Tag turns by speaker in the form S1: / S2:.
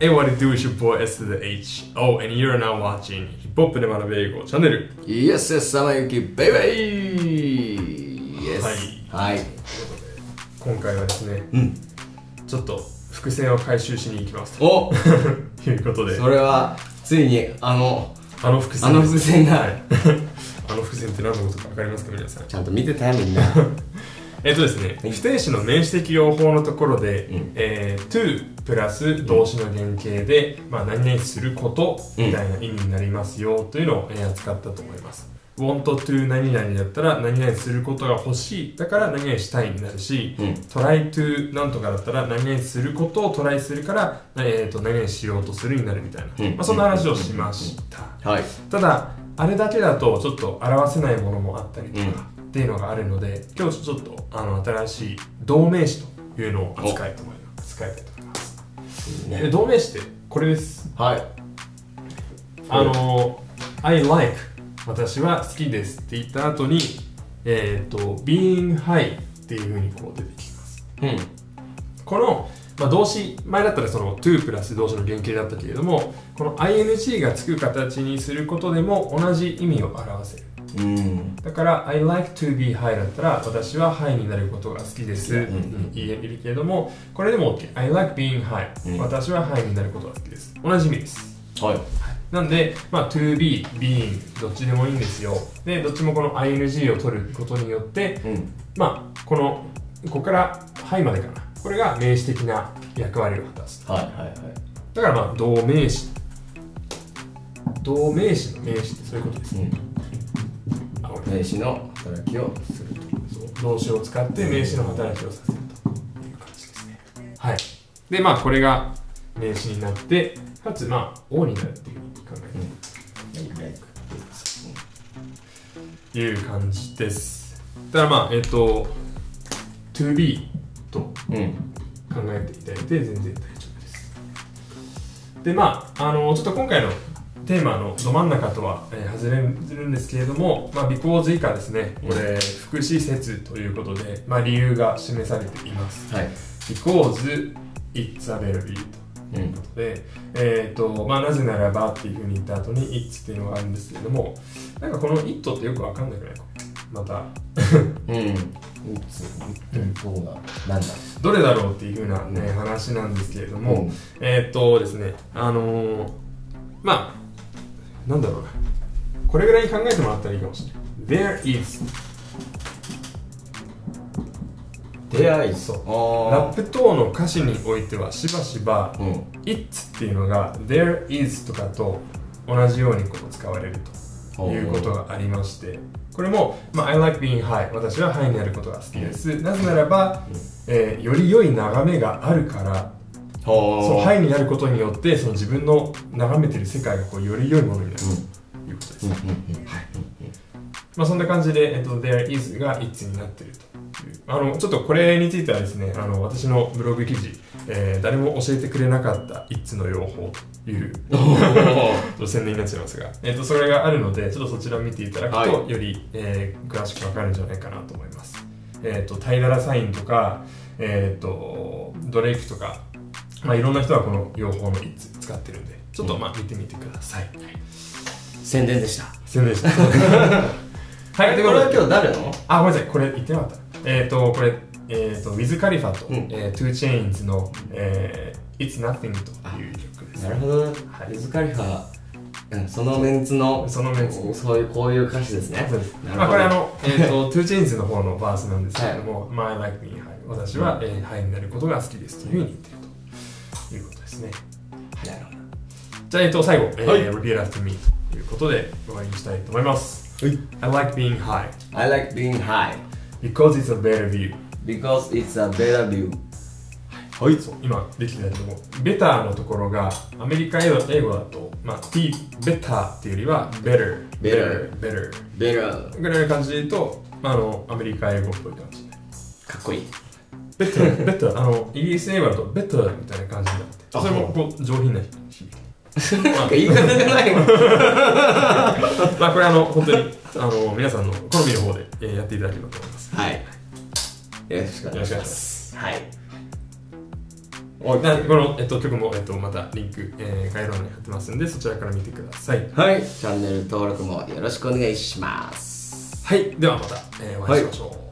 S1: Hey, what it do? It's your boy S to the H. Oh, and you're now watching Hip Hop で学べ英語チャンネル。
S2: Yes, yes, 様ゆき、ベイベイ !Yes! はい。
S1: 今回はですね、
S2: うん。
S1: ちょっと伏線を回収しに行きますと。
S2: お
S1: ということで、
S2: それは、ついに、あの、
S1: あの伏線。
S2: あの伏線が
S1: はい。 あの伏線って何のことか分かりますか、皆さん。
S2: ちゃんと見てたよ、みんな。
S1: えっとですね、不定詞の名詞的用法のところで、えー to プラス動詞の原型で、まあ、何々することみたいな意味になりますよというのを、えー扱ったと思います。want to 何々だったら何々することが欲しいだから何々したいになるし、
S2: うん
S1: try to なんとかだったら何々することをトライするから、えー、と何々しようとするになるみたいな、
S2: うん
S1: まあ、そんな話をしました。
S2: はい。
S1: ただあれだけだとちょっと表せないものもあったりとかっていうのがあるので、今日ちょっとあの新しい同名詞というのを扱いと思います使いたいと思いますで同名詞ってこれです
S2: はい。
S1: あの「I like」私は好きですって言った後にえっ、と「being high」っていうふうにこう出てきます
S2: うん。
S1: この、まあ、動詞前だったらその to プラス動詞の原型だったけれどもこの ing がつく形にすることでも同じ意味を表せる
S2: うん。
S1: だから「I like to be high」だったら「私はハイになることが好きです」に言えるけれどもこれでも OK「I like being high」
S2: うん
S1: 私はハイになることが好きです同じ意味です
S2: はい。
S1: なんで、まあ、to be、being どっちでもいいんですよでどっちもこの ing を取ることによって
S2: うん。
S1: まあこのここから「はい」までかなこれが名詞的な役割を果たす
S2: はい、はい、はい。
S1: だからまあ同名詞同名詞の名詞ってそういうことですね
S2: うん。
S1: あごめん
S2: 名詞の働きをすると。
S1: 動詞を使って名詞の働きをさせるという感じですねはいでまあこれが名詞になってかつまあ O になるっていうふうに考えてという感じですだからまあえっ、と to be と考
S2: うん。
S1: えていただいて全然大丈夫ですでまああのちょっと今回のテーマのど真ん中とは、えー外れるんですけれども、まあ、尾行以下ですね、これ、副詞説ということで、まあ、理由が示されています。
S2: はい。
S1: because it's a very
S2: うん。
S1: で、えーとまあ、なぜならばっていうふうに言った後に it's っていうのがあるんですけれどもなんかこの it ってよくわかんなくないかまた
S2: うん。いつ、どうな、なんだ。
S1: どれだろうっていうふうな、ね、話なんですけれども、
S2: うん
S1: えーっとですねあのーまあなんだろうなこれぐらいに考えてもらったらいいかもしれない There is
S2: 出会い
S1: そうラ
S2: あ
S1: ップ等の歌詞においてはしばしば
S2: あ。うん。
S1: 「it」っていうのが「there is」とかと同じようにこう使われるということがありましてこれも、まあ、I like being high 私は high になることが好きですなぜならば、えーより良い眺めがあるからその
S2: は
S1: ハイになることによってその自分の眺めてる世界がこうより良いものになるということです、
S2: うんうん
S1: まあ、そんな感じで、えっと、There is が It's になってるというあのちょっとこれについてはですねあの私のブログ記事、えー誰も教えてくれなかった It's の用法というちょっと宣伝になっちゃいますが、えっとそれがあるのでちょっとそちらを見ていただくと、
S2: は
S1: より、えー詳しくわかるんじゃないかなと思います、えっとタイララサインとか、えっとドレイクとか、まあ、いろんな人はこの用法の i t 使ってるんでちょっとまあ見てみてください、
S2: 宣伝でした。
S1: 宣 伝したはいという
S2: こ
S1: こ
S2: れ
S1: と
S2: は
S1: で
S2: 今日誰の
S1: あごめんなさいこれ言ってなかったえっ、とこれえっ、とウィズ・カリファと、
S2: うん
S1: えー、トゥーチェインズの、えー、It's Nothing という曲です
S2: なるほど。
S1: はい
S2: ゆずかりは、うんそのメンツの、
S1: そのメンツ
S2: おそういう、こういう歌詞ですね。
S1: そうです
S2: なるほ
S1: まあ、
S2: ど
S1: これあの、えー、 と 2chains の方のバースなんですけれども、まあ I like being high 私は、えー、ハイになることが好きですというふうに言ってるということですね
S2: なるほど。
S1: じゃあ、えっと、最後、えー
S2: はい
S1: Repeat after me ということで終わりにしたいと思います
S2: はい
S1: I like being high
S2: I like being high
S1: because it's a better view
S2: because it's a better view.
S1: はいそう今できたけどもベターのところがアメリカ英語英語だと、まあ、t ベターっていうよりは better
S2: Better
S1: better
S2: Better.
S1: ぐらいの感じで言うと、まあ、あのアメリカ英語っぽい感じ
S2: かっこいい。
S1: ベッド、ベッド、あの、イギリス英語だとベッドみたいな感じになって、
S2: あ
S1: それもこう上品な響
S2: なんか言い方がないわ。
S1: き。まあこれあの、本当に、あの、皆さんの好みの方でえーやっていただければと思います。
S2: はい。よろしくお願いします。はい。 OK
S1: なこの、えっと、曲も、えっと、またリンク、えー概要欄に貼ってますんでそちらから見てください
S2: はいチャンネル登録もよろしくお願いします
S1: はいではまた、えーお会いしましょう、